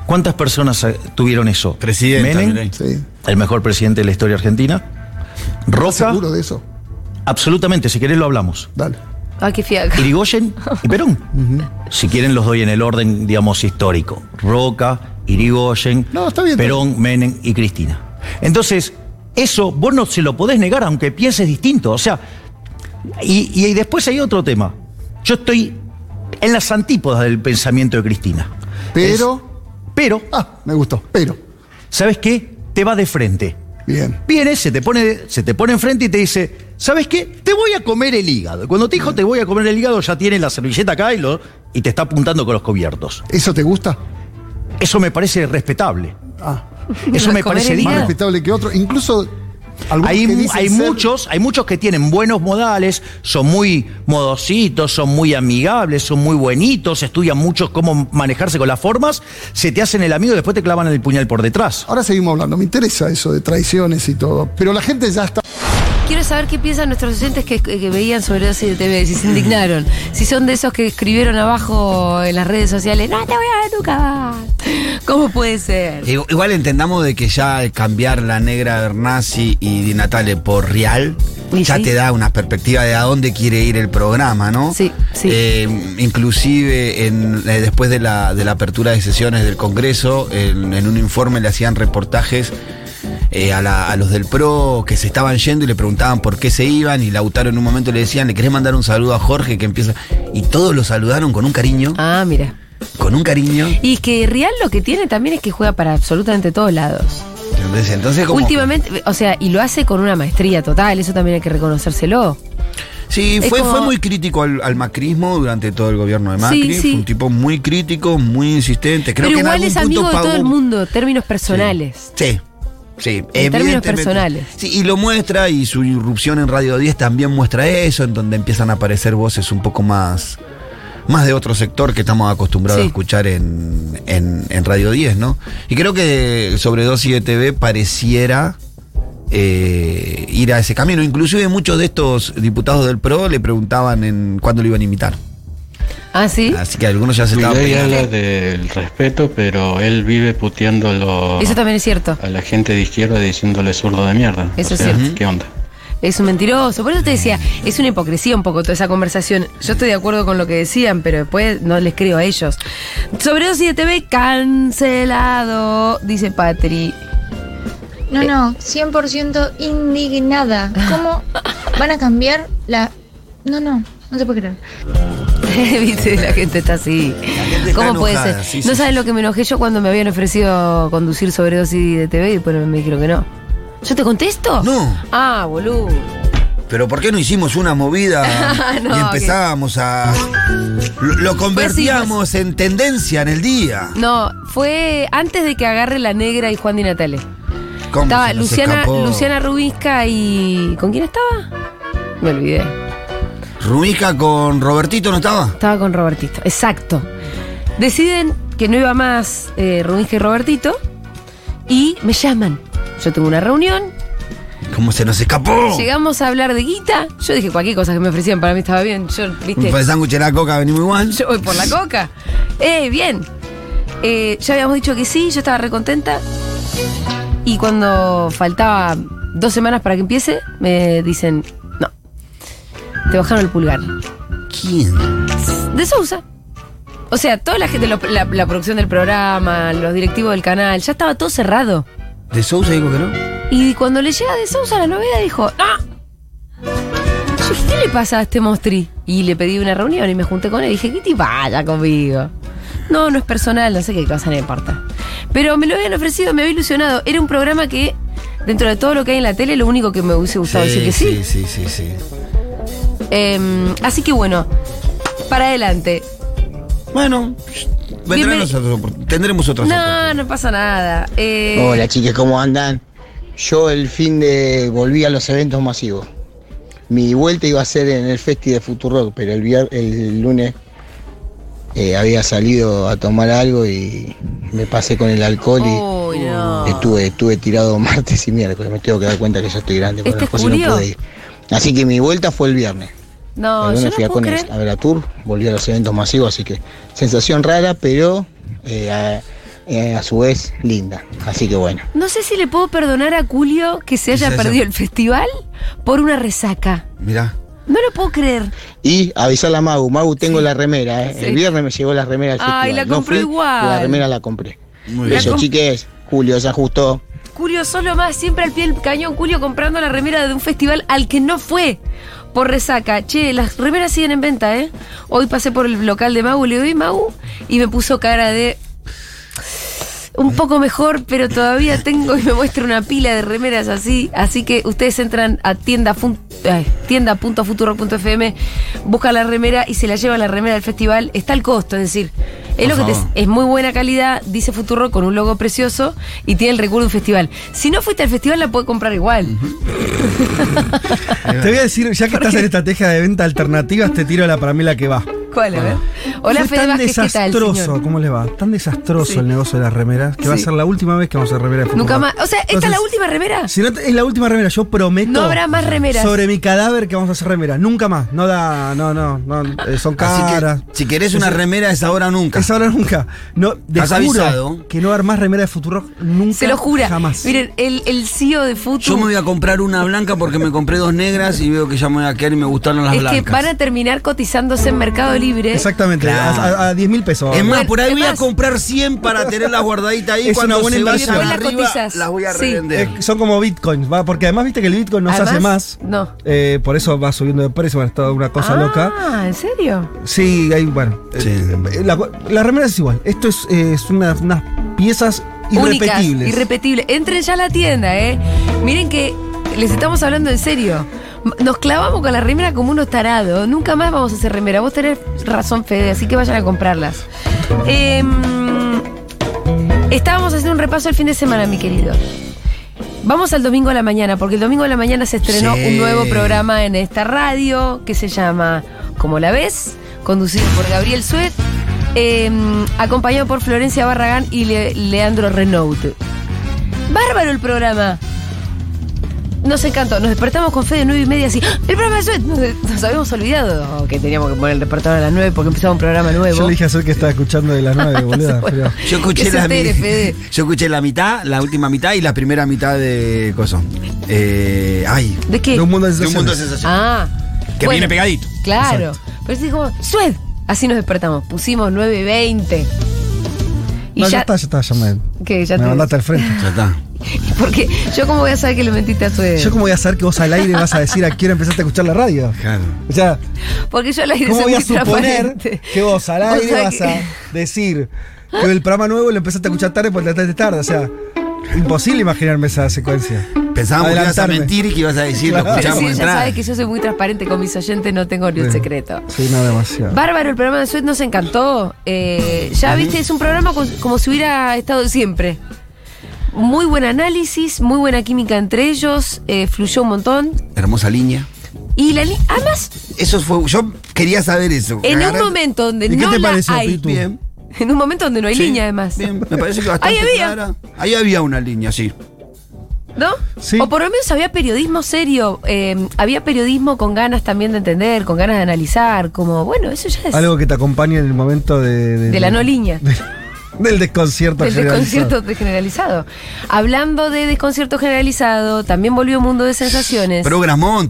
H: ¿Cuántas personas eh, tuvieron eso?
B: Presidenta,
H: Menem,
B: Milei.
E: Sí.
H: el mejor presidente de la historia argentina.
E: ¿Estás
H: Roca,
E: seguro de eso?
H: absolutamente, si querés lo hablamos.
E: Dale.
A: Ah, qué fiaca.
H: Irigoyen y Perón. Si quieren los doy en el orden, digamos, histórico. Roca, Irigoyen,
E: No, está bien, está
H: Perón, Menem y Cristina. Entonces, eso vos no se lo podés negar, aunque pienses distinto. O sea, y, y- y después hay otro tema. Yo estoy en las antípodas del pensamiento de Cristina.
E: Pero-
H: Es- pero,
E: Ah, me gustó. Pero,
H: ¿sabes qué? Te va de frente.
E: bien.
H: Viene, se te pone, se te pone enfrente y te dice, ¿sabes qué? Te voy a comer el hígado. Cuando te dijo te voy a comer el hígado, ya tiene la servilleta acá y, lo, y te está apuntando con los cubiertos.
E: ¿Eso te gusta?
H: Eso me parece respetable.
E: Ah,
H: Eso me
A: ¿Comer
H: parece
A: el
E: más
A: hígado?
H: digno.
E: respetable que otro. Incluso. algunos
H: Hay,
E: que
H: mu-
E: dicen
H: hay
E: ser-
H: muchos, hay muchos que tienen buenos modales, son muy modositos, son muy amigables, son muy buenitos, estudian mucho cómo manejarse con las formas, se te hacen el amigo y después te clavan el puñal por detrás.
E: Ahora seguimos hablando. Me interesa eso de traiciones y todo. Pero la gente ya está.
A: Quiero saber qué piensan nuestros oyentes que, que veían sobre dosis de TV, si se indignaron, si son de esos que escribieron abajo en las redes sociales, no te voy a educar. ¿Cómo puede ser?
B: Igu- Eh, Igual entendamos de que ya cambiar la negra Bernasi y Di Natale por Real
A: Y
B: ya
A: sí.
B: te da una perspectiva de a dónde quiere ir el programa, ¿no?
A: Sí, sí.
B: Eh, inclusive en, eh, después de la, de la apertura de sesiones del Congreso, en, en un informe le hacían reportajes eh, a, la- a los del PRO que se estaban yendo y le preguntaban por qué se iban y Lautaro en un momento le decían, le querés mandar un saludo a Jorge que empieza... Y todos lo saludaron con un cariño,
A: Ah, mira.
B: con un cariño.
A: Y es que Real lo que tiene también es que juega para absolutamente todos lados.
B: ¿entendés? Entonces, como-
A: Últimamente, o sea, y lo hace con una maestría total, eso también hay que reconocérselo.
B: Sí,
A: Es
B: fue,
A: como-
B: fue muy crítico al, al macrismo durante todo el gobierno de
A: Sí,
B: Macri.
A: sí.
B: Fue un tipo muy crítico, muy insistente.
A: Pero
B: Creo que en
A: igual
B: algún
A: es
B: punto
A: amigo de todo
B: pagó-
A: el mundo, términos personales.
B: Sí. Sí,
A: En términos
B: evidentemente.
A: personales.
B: Sí, y lo muestra, y su irrupción en Radio 10 también muestra eso, en donde empiezan a aparecer voces un poco más, más de otro sector que estamos acostumbrados
A: Sí.
B: a escuchar en, en- en Radio 10, ¿no? Y creo que sobre Dosis de TV pareciera eh, ir a ese camino. Inclusive muchos de estos diputados del PRO le preguntaban en cuándo lo iban a imitar.
A: Ah, sí.
B: Así que algunos ya se estaban
I: Milei
B: pegando.
I: habla del respeto, pero él vive puteándolo
A: Eso también es cierto.
I: a la gente de izquierda diciéndole zurdo de mierda.
A: Eso
I: O
A: es
I: sea,
A: cierto.
I: ¿Qué onda?
A: Es un mentiroso. Por eso te decía, es una hipocresía un poco toda esa conversación. Yo estoy de acuerdo con lo que decían, pero después no les creo a ellos. Sobredosis de TV cancelado, dice Patri.
J: No, no, 100% indignada. ¿Cómo van a cambiar la...? No, no, no se puede creer.
A: Viste, la gente está así.
B: gente está
A: ¿Cómo puede
B: enojada,
A: ser?
B: sí,
A: no
B: sí,
A: sabes
B: sí.
A: lo que me enojé yo cuando me habían ofrecido conducir sobredosis de TV y después me dijeron que no. ¿Yo te contesto?
B: No.
A: Ah, boludo.
B: Pero ¿por qué no hicimos una movida
A: No,
B: y empezábamos a... Lo, lo convertíamos en tendencia en el día.
A: No, fue antes de que agarre la negra y Juan Di Natale.
B: ¿Cómo
A: Estaba
B: se nos
A: Luciana,
B: escapó?
A: Luciana Rubinska y. ¿Con quién estaba? Me olvidé.
B: Rubica con Robertito no estaba.
A: Estaba con Robertito. Exacto. Deciden que no iba más eh, Rubinska y Robertito. Y me llaman. Yo tengo una reunión.
B: ¿Cómo se nos escapó?
A: Llegamos a hablar de guita. Yo dije cualquier cosa que me ofrecían, para mí estaba bien. Yo, viste.
B: Un sándwich de la coca venimos igual.
A: Yo voy por la coca. Eh, bien. Eh, ya habíamos dicho que sí, yo estaba recontenta. Y cuando faltaba dos semanas para que empiece, me dicen, no. Te bajaron el pulgar.
B: ¿Quién?
A: De Sousa. O sea, toda la gente, lo- la, la producción del programa, los directivos del canal, ya estaba todo cerrado.
B: ¿De Sousa dijo que no?
A: Y cuando le llega de Sousa la novedad, dijo, ¡ah! Yo dije, ¿qué le pasa a este monstri? Y le pedí una reunión y me junté con él y dije, Kitty, vaya conmigo. No, no es personal, no sé qué cosa, no importa. Pero me lo habían ofrecido, me había ilusionado. Era un programa que dentro de todo lo que hay en la tele, lo único que me hubiese gustado decir que sí.
B: Sí, sí, sí, sí.
A: Em, así que bueno, para adelante.
B: Bueno, vendrán
A: Bienven-
B: otras opor- tendremos otras
A: No,
B: oportunidades.
A: no pasa nada. Eh,
D: Hola chicas, ¿cómo andan? Yo el fin de volví a los eventos masivos. Mi vuelta iba a ser en el Festi de Futurock, pero el, vier- el lunes eh, había salido a tomar algo y me pasé con el alcohol y
A: uy, no.
D: estuve, estuve tirado martes y miércoles. Me tengo que dar cuenta que ya estoy grande, por
A: ¿Este
D: las
A: es
D: cosas no
A: Julio?
D: pude ir. Así que mi vuelta fue el viernes.
A: No,
D: el
A: yo
D: lunes
A: no
D: fui a
A: puedo
D: Conex,
A: creer.
D: a ver la tour, volví a los eventos masivos, así que sensación rara, pero eh, a- eh, a su vez linda. Así que bueno.
A: No sé si le puedo perdonar a Julio que se haya
B: se haya-
A: perdido el festival por una resaca.
B: Mirá.
A: No lo puedo creer.
D: Y avisarle a Magu, Magu, tengo la remera, ¿eh?
A: Sí.
D: El viernes me llegó la remera del
A: Ay,
D: festival.
A: la
D: No
A: compré
D: fui,
A: igual.
D: La remera la compré.
B: Muy
A: La
B: bien.
D: Eso,
A: com-
D: chiques. Julio, ya justo.
A: Julio solo más, siempre al pie del cañón, Julio comprando la remera de un festival al que no fue por resaca. Che, las remeras siguen en venta, ¿eh? Hoy pasé por el local de Mau, le doy Mau y me puso cara de... Un poco mejor, pero todavía tengo y me muestra una pila de remeras así. Así que ustedes entran a tienda fun- eh, ay, tienda.futuro.fm, buscan la remera y se la llevan la remera del festival. Está el costo, es decir, es, lo
B: Por
A: que te,
B: favor.
A: es muy buena calidad, dice Futuro con un logo precioso y tiene el recuerdo de un festival. Si no fuiste al festival, la puedes comprar igual.
H: Te voy a decir, ya que estás en estrategia de venta alternativas, te tiro la para mí la que va.
A: ¿Cuál? A ver. Hola,
H: Fue
A: Fede
H: tan
A: Vázquez, ¿qué tal?
H: desastroso,
A: señor?
H: ¿cómo les va? Tan desastroso
A: Sí.
H: el negocio de las remeras que va a
A: Sí.
H: ser la última vez que vamos a hacer remeras. de
A: Nunca
H: fútbol.
A: más. O sea, ¿esta es la
H: Entonces,
A: última remera?
H: Si no te- es la última remera, yo prometo.
A: No habrá más remeras.
H: Sobre mi cadáver que vamos a hacer remeras. Nunca más. No da, no, no, no. eh, son
A: Ah,
H: caras.
B: Así que, si querés una
H: Es-
B: remera, es ahora o nunca.
H: Es ahora nunca. No, te
B: Has
H: juro
B: avisado.
H: que no va a haber más remera de Futuro nunca.
A: Se lo jura.
H: Jamás.
A: Miren, el, el CEO de Futuro.
B: Yo me voy a comprar una blanca porque me compré dos negras y veo que ya me voy a quedar y me gustaron las
A: es
B: blancas.
A: que van a terminar cotizándose en Mercado Libre.
H: Exactamente.
B: Claro.
H: A, a- a 10 mil pesos.
B: Es más,
A: Bueno,
B: por ahí
A: es
B: voy a
A: más-
B: comprar 100 para tenerlas guardaditas ahí.
H: Es
B: Cuando
H: una buena
B: se vayan
A: Después
H: inversión.
A: las
B: arriba,
A: cotizas.
B: Las voy a
A: Sí.
B: revender.
H: Es- Eh, son como bitcoins, ¿va? porque además viste que el bitcoin no se hace
A: Además,
H: más.
A: no.
H: Eh, por eso va subiendo de precio, bueno, es toda una cosa
A: ah,
H: loca.
A: ¿en serio?
H: Sí, hay, bueno.
B: Sí.
H: eh, La, la remera es igual. Esto es, eh, es una- unas piezas
A: Únicas,
H: irrepetibles.
A: irrepetibles. Entren ya a la tienda, ¿eh? Miren que les estamos hablando en serio. M- Nos clavamos con la remera como unos tarados. Nunca más vamos a hacer remera. Vos tenés razón, Fede, así que vayan a comprarlas. Eh, estábamos haciendo un repaso el fin de semana, mi querido. Vamos al domingo a la mañana, porque el domingo a la mañana se estrenó
B: Sí.
A: un nuevo programa en esta radio que se llama Como la ves, conducido por Gabriel Suet, eh, acompañado por Florencia Barragán y Le- Leandro Renaud. Bárbaro el programa. Nos encantó, nos despertamos con fe de nueve y media así. ¡Ah! El programa de Suet, nos, nos habíamos olvidado que teníamos que poner el despertador a las 9 porque empezaba un programa nuevo.
H: Yo le dije a Sol que estaba escuchando de las 9, boludo. pero-
B: Yo escuché,
A: Que se
B: la, mi-
A: entere, Fede.
B: yo escuché la mitad, la última mitad y la primera mitad de Coso. Eh, ay.
A: ¿De qué?
H: de un mundo de
B: De un mundo de
H: sensaciones.
B: sensaciones.
A: Ah.
B: Que viene pegadito.
A: Claro. Pero sí como, ¡sued! Así nos despertamos. Pusimos 9 y 20. Y
H: No, ya
A: ya.
H: está, ya está, ya me.
A: ¿Qué? Ya
H: me
A: te-
H: mandaste al frente.
B: Ya está.
A: Porque yo, como voy a saber que le mentiste a Sued?
H: Yo, como voy a saber que vos al aire vas a decir a quién empezaste a escuchar la radio.
B: Claro.
H: O sea,
A: Porque yo la idea
H: ¿cómo
A: soy
H: voy a
A: muy
H: suponer
A: transparente.
H: que vos al
A: O
H: aire
A: sea
H: vas
A: que-
H: a decir que el programa nuevo lo empezaste a escuchar tarde porque la trataste tarde? O sea, imposible imaginarme esa secuencia.
B: Pensábamos que ibas a
H: Adelantarme.
B: mentir y que ibas a decir,
H: Claro.
B: lo
A: Pero
B: escuchamos
A: sí, ya
B: entrar.
A: sabe que yo soy muy transparente con mis oyentes, no tengo ni un
H: Sí.
A: secreto.
H: Sí, no demasiado.
A: Bárbaro, el programa de Suez nos encantó. Eh, ya viste, es un programa con- como si hubiera estado siempre. Muy buen análisis, muy buena química entre ellos, eh, fluyó un montón.
B: Hermosa línea.
A: Y la li- además,
B: Eso fue. Yo quería saber eso.
A: En un
B: Agarrar-
A: momento donde
H: ¿Y qué
A: no
H: te
A: la
H: pareció,
A: hay.
H: Pitu?
B: Bien.
A: En un momento donde no hay
B: Sí,
A: línea, además.
B: bien, me parece que bastante
A: Ahí había.
B: clara. Ahí había una línea, sí.
A: ¿No?
H: Sí.
A: O por lo menos había periodismo serio. eh, había periodismo con ganas también de entender, con ganas de analizar. Como, bueno, eso ya es.
H: Algo que te acompañe en el momento de.
A: de la no línea.
H: Del desconcierto.
A: Del
H: generalizado.
A: desconcierto de generalizado. Hablando de desconcierto generalizado, también volvió Mundo de Sensaciones.
B: Programón.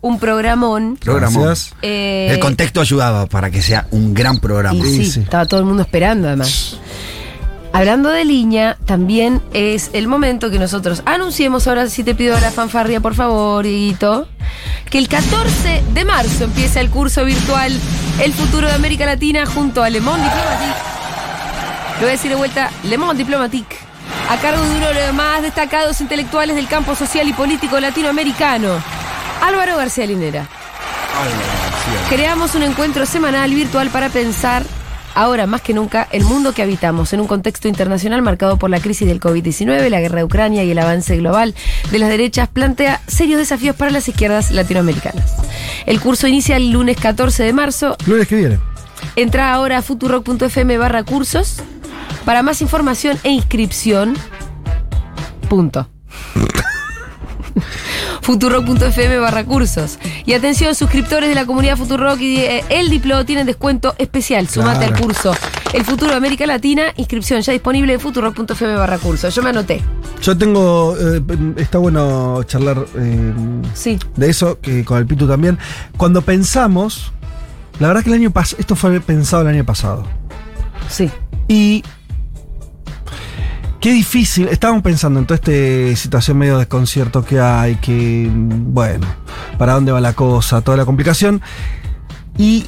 A: un programón.
B: Programón.
H: Gracias.
A: eh,
B: El contexto ayudaba para que sea un gran programa.
A: Y sí,
H: sí.
A: estaba todo el mundo esperando además. Hablando de línea, también es el momento que nosotros anunciemos, ahora sí te pido la fanfarria por favor, Dieguito, que el 14 de marzo empieza el curso virtual El futuro de América Latina junto a Le Monde Diplomatique. Lo voy a decir de vuelta, Le Monde Diplomatique. a cargo de uno de los más destacados intelectuales del campo social y político latinoamericano, Álvaro García Linera. Creamos un encuentro semanal virtual para pensar ahora más que nunca el mundo que habitamos en un contexto internacional marcado por la crisis del COVID-19, la guerra de Ucrania y el avance global de las derechas plantea serios desafíos para las izquierdas latinoamericanas. El curso inicia el lunes 14 de marzo
H: Lunes que viene.
A: Entra ahora a futurock.fm barra cursos para más información e inscripción. Punto. Futurock.fm barra cursos. Y atención, suscriptores de la comunidad Futurock y eh, El Diplo tienen descuento especial. Sumate al curso. El futuro de América Latina, inscripción ya disponible en futurock.fm barra cursos. Yo me anoté.
H: Yo tengo. eh, está bueno charlar eh,
A: Sí.
H: de eso, que con el Pitu también. Cuando pensamos. La verdad que el año pasado. Esto fue pensado el año pasado.
A: Sí.
H: Y. Qué difícil. Estábamos pensando en toda esta situación medio de desconcierto que hay, que. Bueno, para dónde va la cosa, toda la complicación. Y.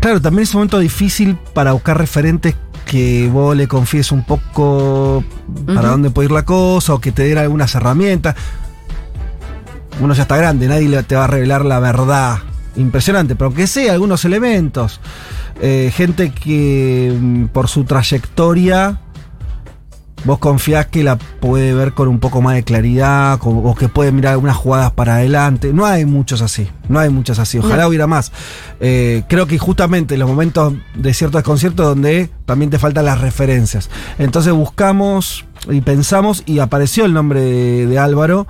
H: Claro, también es un momento difícil para buscar referentes que vos le confíes un poco para
A: Ujú.
H: dónde puede ir la cosa o que te den algunas herramientas. Uno ya está grande, nadie le- te va a revelar la verdad impresionante, pero que sea algunos elementos. Eh, gente que mm, por su trayectoria vos confiás que la puede ver con un poco más de claridad co- o que puede mirar algunas jugadas para adelante. No hay muchos así, no hay muchos así. Ojalá hubiera más. Eh, creo que justamente en los momentos de cierto desconcierto donde también te faltan las referencias. Entonces buscamos y pensamos y apareció el nombre de, de Álvaro,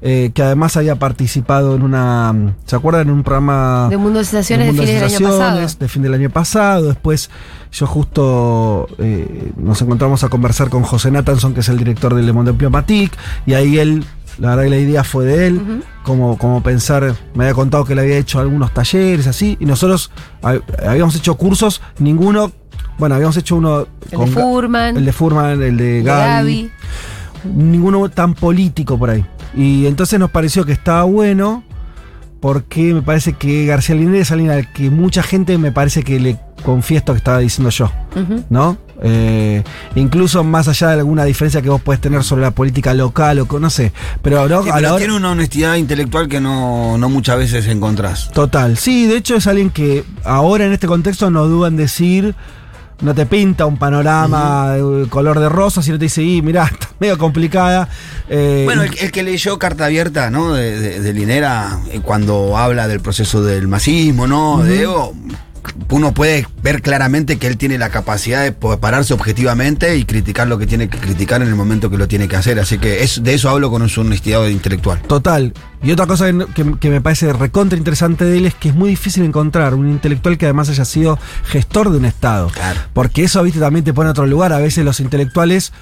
H: eh, que además había participado en una... mm, ¿Se acuerdan? En un programa
A: De Mundo de Sensaciones de
H: del
A: fines del
H: Ah. mundo
A: año pasado.
H: sensaciones, de fin del año pasado. Después yo justo eh, nos encontramos a conversar con José Nathanson, que es el director de Le Monde Diplomatique, y ahí él, la verdad que la idea fue de él, como, como pensar, me había contado que le había hecho algunos talleres, así, y nosotros hab- habíamos hecho cursos, ninguno, bueno, habíamos hecho uno
A: El de
H: Ga-
A: Furman.
H: el de Furman, el de
A: de
H: Gaby
A: Gaby.
H: ninguno tan político por ahí. Y entonces nos pareció que estaba bueno, porque me parece que García Linera es alguien al que mucha gente me parece que le confía esto que estaba diciendo yo,
A: Ujú.
H: ¿no? Eh, incluso más allá de alguna diferencia que vos puedes tener sobre la política local o con- no sé, pero, ¿no?
B: Sí,
H: a
B: pero
H: la hora-
B: tiene una honestidad intelectual que no, no muchas veces encontrás.
H: Total, sí, de hecho es alguien que ahora en este contexto no duda en decir, no te pinta un panorama de color de rosa, sino te dice, y mirá, está medio complicada. eh,
B: Bueno, el, el que leyó carta abierta, ¿no? De, de- de Linera, eh, cuando habla del proceso del masismo, ¿no? De Evo, uno puede ver claramente que él tiene la capacidad de po- pararse objetivamente y criticar lo que tiene que criticar en el momento que lo tiene que hacer. Así que es, de eso hablo con su honestidad intelectual.
H: Total. Y otra cosa que, no- que- que me parece recontra interesante de él es que es muy difícil encontrar un intelectual que además haya sido gestor de un Estado.
B: Claro.
H: Porque eso, viste, también te pone a otro lugar. A veces los intelectuales,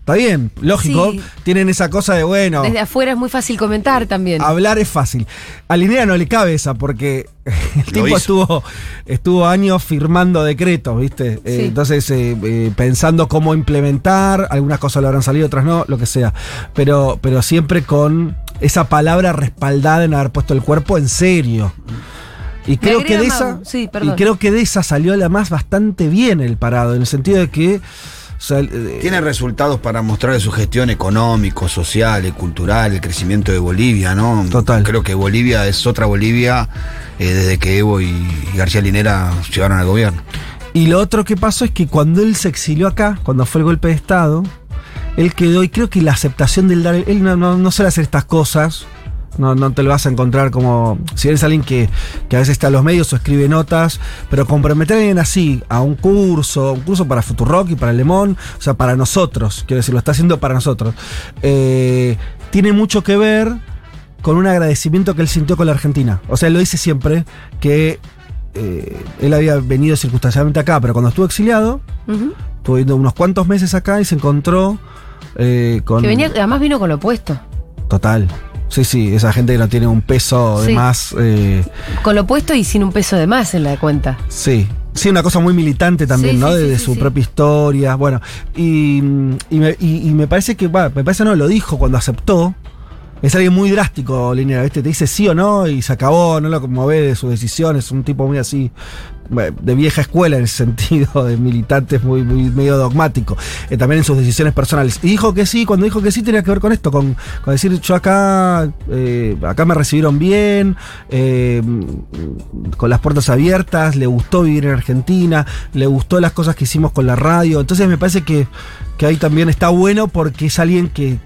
H: está bien, lógico,
A: Sí.
H: tienen esa cosa de, bueno,
A: Desde afuera es muy fácil comentar también.
H: hablar es fácil. A Linera no le cabe esa porque el
B: Lo
H: tipo
B: hizo.
H: estuvo, estuvo años firmando decretos, ¿viste? Eh,
A: Sí.
H: entonces, eh, eh, pensando cómo implementar, algunas cosas le habrán salido, otras no, lo que sea. Pero, pero siempre con esa palabra respaldada en haber puesto el cuerpo en serio. Y creo, que
A: agrega
H: de
A: Mau.
H: esa,
A: Sí,
H: y
A: perdón.
H: creo que de esa salió además bastante bien el parado, en el sentido de que... o sea, eh,
B: Tiene resultados para mostrar su gestión económico, social, y cultural, el crecimiento de Bolivia, ¿no?
H: Total.
B: Creo que Bolivia es otra Bolivia eh, desde que Evo y y García Linera llegaron al gobierno.
H: Y lo otro que pasó es que cuando él se exilió acá, cuando fue el golpe de Estado, él quedó y creo que la aceptación del dar, él no, no, no suele hacer estas cosas. No, no te lo vas a encontrar como. Si eres alguien que, que a veces está en los medios o escribe notas, pero comprometer a alguien así a un curso, un curso para Futurock y para Lemón, o sea, para nosotros, quiero decir, lo está haciendo para nosotros, eh, tiene mucho que ver con un agradecimiento que él sintió con la Argentina. O sea, él lo dice siempre que eh, él había venido circunstancialmente acá, pero cuando estuvo exiliado,
A: Ujú.
H: estuvo viviendo unos cuantos meses acá y se encontró eh, con.
A: Que venía, además vino con lo opuesto.
H: Total. Sí, sí, esa gente que no tiene un peso de
A: Sí.
H: más. eh,
A: Con lo opuesto y sin un peso de más en la cuenta.
H: sí. Sí, una cosa muy militante también,
A: Sí,
H: ¿no?
A: sí,
H: de
A: sí,
H: de
A: sí,
H: su
A: sí.
H: propia historia. Bueno, y, y me, y- y me parece que, va, me parece no, lo dijo cuando aceptó. Es alguien muy drástico, Linera, ¿viste? Te dice sí o no y se acabó, no lo conmueve de sus decisiones, un tipo muy así. bueno, de vieja escuela en el sentido de militantes muy, muy medio dogmático, eh, también en sus decisiones personales. Y dijo que sí, cuando dijo que sí tenía que ver con esto, con, con decir yo acá, eh, acá me recibieron bien, eh, con las puertas abiertas, le gustó vivir en Argentina, le gustó las cosas que hicimos con la radio. Entonces me parece que, que ahí también está bueno porque es alguien que,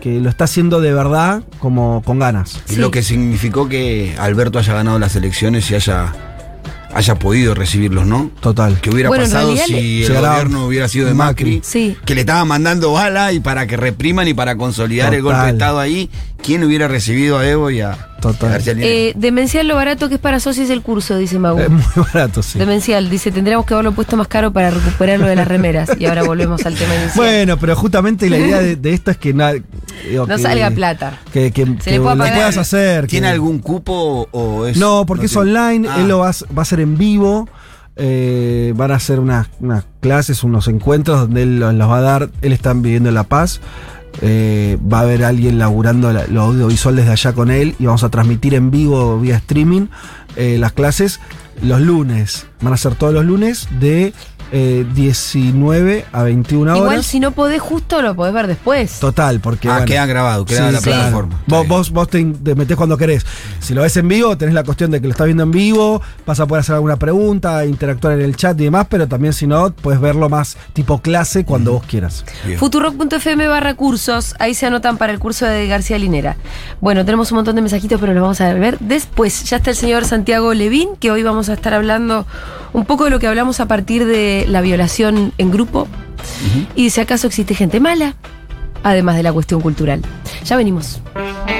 H: que lo está haciendo de verdad como con ganas.
B: Es Lo que significó que Alberto haya ganado las elecciones y haya, haya podido recibirlos, ¿no?
H: Total.
B: Que hubiera
A: Bueno, en
B: pasado
A: realidad
B: si
H: le-
B: el
H: Se ganaba
B: gobierno hubiera sido de Macri,
H: Macri.
A: Sí.
B: que le estaba mandando bala y para que repriman y para consolidar el golpe de
H: Total.
B: Estado ahí, ¿quién hubiera recibido a Evo y a,
H: Total.
B: a García Linera?
A: Eh, demencial lo barato que es para socios el curso, dice Mau.
H: Es Eh, muy barato, sí.
A: Demencial, dice, tendríamos que haberlo puesto más caro para recuperar lo de las remeras. Y ahora volvemos al tema inicial.
H: Bueno, pero justamente la idea de, de esto es que na- digo,
A: No
H: que-
A: salga plata.
H: Que, que-
A: Se
H: que
A: le pueda
H: lo
A: pagar.
H: puedas hacer.
B: ¿Tiene
H: que-
B: algún cupo o es.?
H: No, porque es
B: tiene?
H: online,
B: Ah,
H: él lo va a, va a hacer en vivo. eh, van a hacer unas, unas clases, unos encuentros donde él los, los va a dar. Él está viviendo en La Paz. eh, va a haber alguien laburando la- lo audiovisual desde allá con él y vamos a transmitir en vivo vía streaming eh, las clases los lunes. Van a ser todos los lunes de eh, 19 a 21
A: Igual
H: horas.
A: si no podés justo, lo podés ver después.
H: Total, porque.
B: ah,
H: bueno,
B: queda grabado, queda
H: Sí,
B: en la
H: sí.
B: plataforma.
H: Vos, vos, vos te, in- te metés cuando querés. Si lo ves en vivo, tenés la cuestión de que lo estás viendo en vivo, vas a poder hacer alguna pregunta, interactuar en el chat y demás, pero también si no, puedes verlo más tipo clase cuando vos quieras.
B: Bien.
A: Futurock.fm barra cursos, ahí se anotan para el curso de García Linera. Bueno, tenemos un montón de mensajitos, pero los vamos a ver después. Ya está el señor Santiago Levín, que hoy vamos a estar hablando un poco de lo que hablamos a partir de la violación en grupo y si acaso existe gente mala, además de la cuestión cultural. Ya venimos.